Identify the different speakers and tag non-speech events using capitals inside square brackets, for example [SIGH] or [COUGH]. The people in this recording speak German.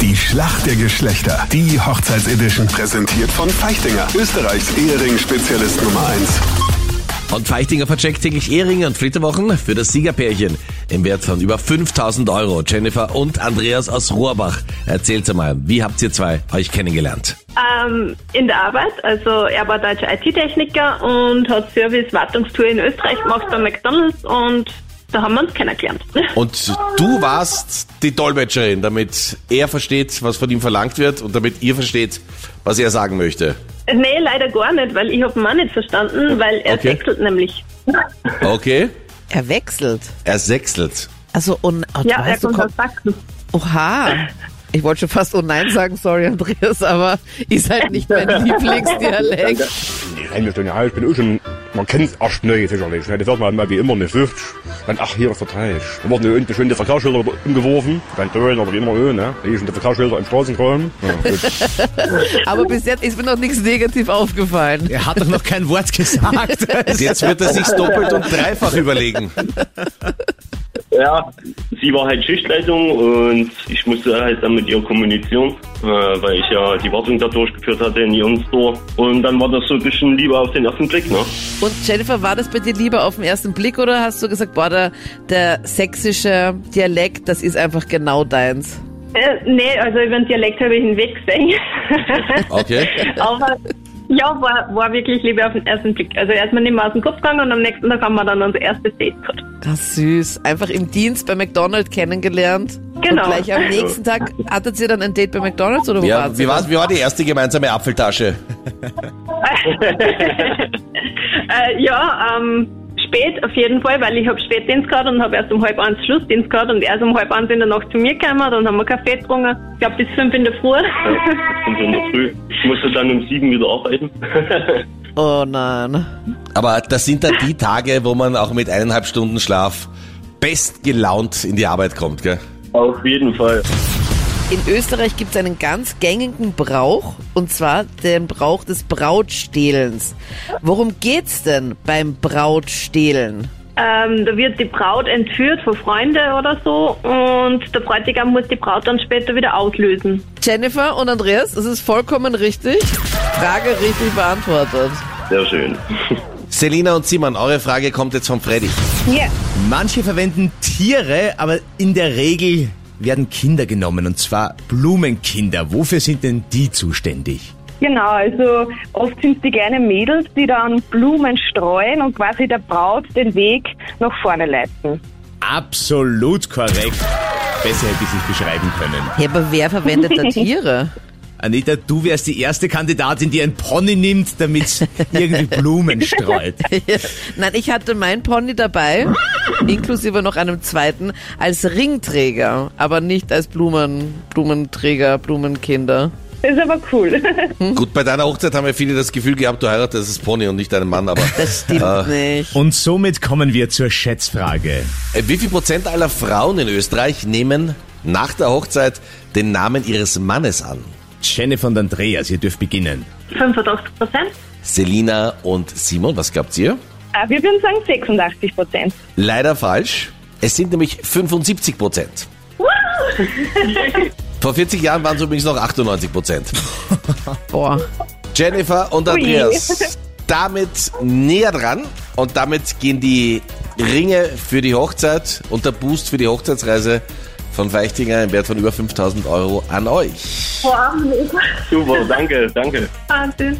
Speaker 1: Die Schlacht der Geschlechter. Die Hochzeitsedition. Präsentiert von Feichtinger. Österreichs Ehering-Spezialist Nummer 1.
Speaker 2: Und Feichtinger vercheckt täglich Ehringe und Flitterwochen für das Siegerpärchen im Wert von über 5000 Euro. Jennifer und Andreas aus Rohrbach. Erzählt mal, wie habt ihr zwei euch kennengelernt?
Speaker 3: Ähm, in der Arbeit, also er war deutscher IT-Techniker und hat Service-Wartungstour in
Speaker 4: Ah.
Speaker 3: Österreich gemacht bei McDonalds und da haben wir uns kennengelernt. [LAUGHS]
Speaker 5: Und du warst die Dolmetscherin, damit er versteht, was von ihm verlangt wird und damit ihr versteht, was er sagen möchte.
Speaker 3: nee, leider gar nicht, weil ich habe ihn auch nicht verstanden, weil er
Speaker 5: Okay.
Speaker 3: wechselt nämlich.
Speaker 5: Okay?
Speaker 4: Er wechselt.
Speaker 5: Er sechselt.
Speaker 4: Also, oh, n- oh, du
Speaker 5: Ah,
Speaker 3: Ja, er
Speaker 4: weißt, du
Speaker 3: kommt aus
Speaker 4: komm,
Speaker 3: Sachsen.
Speaker 4: oha. Ich wollte schon fast oh nein sagen, sorry Andreas, aber ist halt
Speaker 3: [LAUGHS]
Speaker 4: nicht mein Lieblingsdialekt.
Speaker 6: Ende Stunde alt, bin ich schon, man kennt es erst neu sicherlich. ne? Das wird man mal wie immer nicht 50. Dann, ach, hier ist der Teich. Dann wurden irgendeine schöne Verkehrsschilder umgeworfen. Dann Dölen oder wie immer, Öl, ne? Die sind die Verkehrsschilder im Straßenraum. Ja, gut.
Speaker 4: Aber bis jetzt ist mir noch nichts negativ aufgefallen.
Speaker 7: Er hat doch noch kein Wort gesagt.
Speaker 5: Jetzt wird er sich doppelt und dreifach überlegen.
Speaker 8: Ja, sie war halt Schichtleitung und ich musste halt dann mit ihr kommunizieren, äh, weil ich ja die Wartung da durchgeführt hatte in ihrem Store. Und dann war das so ein bisschen lieber auf den ersten Blick, ne?
Speaker 4: [LAUGHS] Und Jennifer, war das bei dir lieber auf den ersten Blick oder hast du gesagt, boah, der, der sächsische Dialekt, das ist einfach genau deins?
Speaker 3: Äh, nee, also über den Dialekt habe ich hinweg gesehen.
Speaker 5: [LAUGHS] Okay.
Speaker 3: [LAUGHS] Aber ja, war, war wirklich Liebe auf den ersten Blick. Also er ist mir nicht mehr aus dem Kopf gegangen und am nächsten Tag haben wir dann unser erstes Date gehabt.
Speaker 4: Ah, süß. Einfach im Dienst bei McDonald's kennengelernt.
Speaker 3: Genau. [LAUGHS]
Speaker 4: Und gleich am nächsten Tag hattet ihr dann ein Date bei McDonald's oder wo
Speaker 5: Ja,
Speaker 4: war's?
Speaker 5: wie, war, wie war die erste gemeinsame Apfeltasche?
Speaker 3: Äh, ja, ähm, spät auf jeden Fall, weil ich habe Spätdienst gehabt und habe erst um halb eins Schlussdienst gehabt und er ist um halb eins in der Nacht zu mir gekommen, dann haben wir Kaffee getrunken, ich glaube bis fünf in der Früh.
Speaker 8: Und in der Früh. Ich musste dann um sieben wieder arbeiten. [LAUGHS]
Speaker 4: Oh nein.
Speaker 5: Aber das sind dann die Tage, wo man auch mit eineinhalb Stunden Schlaf best gelaunt in die Arbeit kommt, gell?
Speaker 8: auf jeden Fall.
Speaker 4: In Österreich gibt es einen ganz gängigen Brauch, und zwar den Brauch des Brautstehlens. Worum geht's denn beim Brautstehlen?
Speaker 3: ähm, da wird die Braut entführt von Freunden oder so und der Bräutigam muss die Braut dann später wieder auslösen.
Speaker 4: Jennifer und Andreas, es ist vollkommen richtig. Frage richtig beantwortet.
Speaker 8: Sehr schön.
Speaker 5: Selina und Simon, eure Frage kommt jetzt von Freddy.
Speaker 7: Manche verwenden Tiere, aber in der Regel werden Kinder genommen, und zwar Blumenkinder. Wofür sind denn die zuständig?
Speaker 9: Genau, also oft sind es die kleinen Mädels, die dann Blumen streuen und quasi der Braut den Weg nach vorne leiten.
Speaker 7: Absolut korrekt. Besser hätte ich es nicht beschreiben können.
Speaker 4: Ja, aber wer verwendet da Tiere?
Speaker 7: Anita, du wärst die erste Kandidatin, die ein Pony nimmt, [LAUGHS] damit irgendwie Blumen streut.
Speaker 4: Nein, ich hatte mein Pony dabei, inklusive noch einem zweiten, als Ringträger, aber nicht als Blumen, Blumenträger, Blumenkinder.
Speaker 9: Das ist aber cool.
Speaker 5: Gut, bei deiner Hochzeit haben ja viele das Gefühl gehabt, du heiratest das Pony und nicht deinen Mann, aber
Speaker 4: Das stimmt nicht.
Speaker 7: Und somit kommen wir zur Schätzfrage.
Speaker 5: äh, wie viel Prozent aller Frauen in Österreich nehmen nach der Hochzeit den Namen ihres Mannes an?
Speaker 7: Jennifer und Andreas, ihr dürft beginnen.
Speaker 3: 85 Prozent?
Speaker 5: Selina und Simon, was glaubt ihr?
Speaker 9: Ah, Wir würden sagen 86 Prozent.
Speaker 5: Leider falsch. Es sind nämlich 75 Prozent. Vor 40 Jahren waren es übrigens noch 98 Prozent.
Speaker 4: Boah.
Speaker 5: Jennifer und Andreas. Damit näher dran und damit gehen die Ringe für die Hochzeit und der Boost für die Hochzeitsreise von Feichtinger im Wert von über 5000 Euro an euch.
Speaker 8: Super, danke, danke.
Speaker 3: Wahnsinn.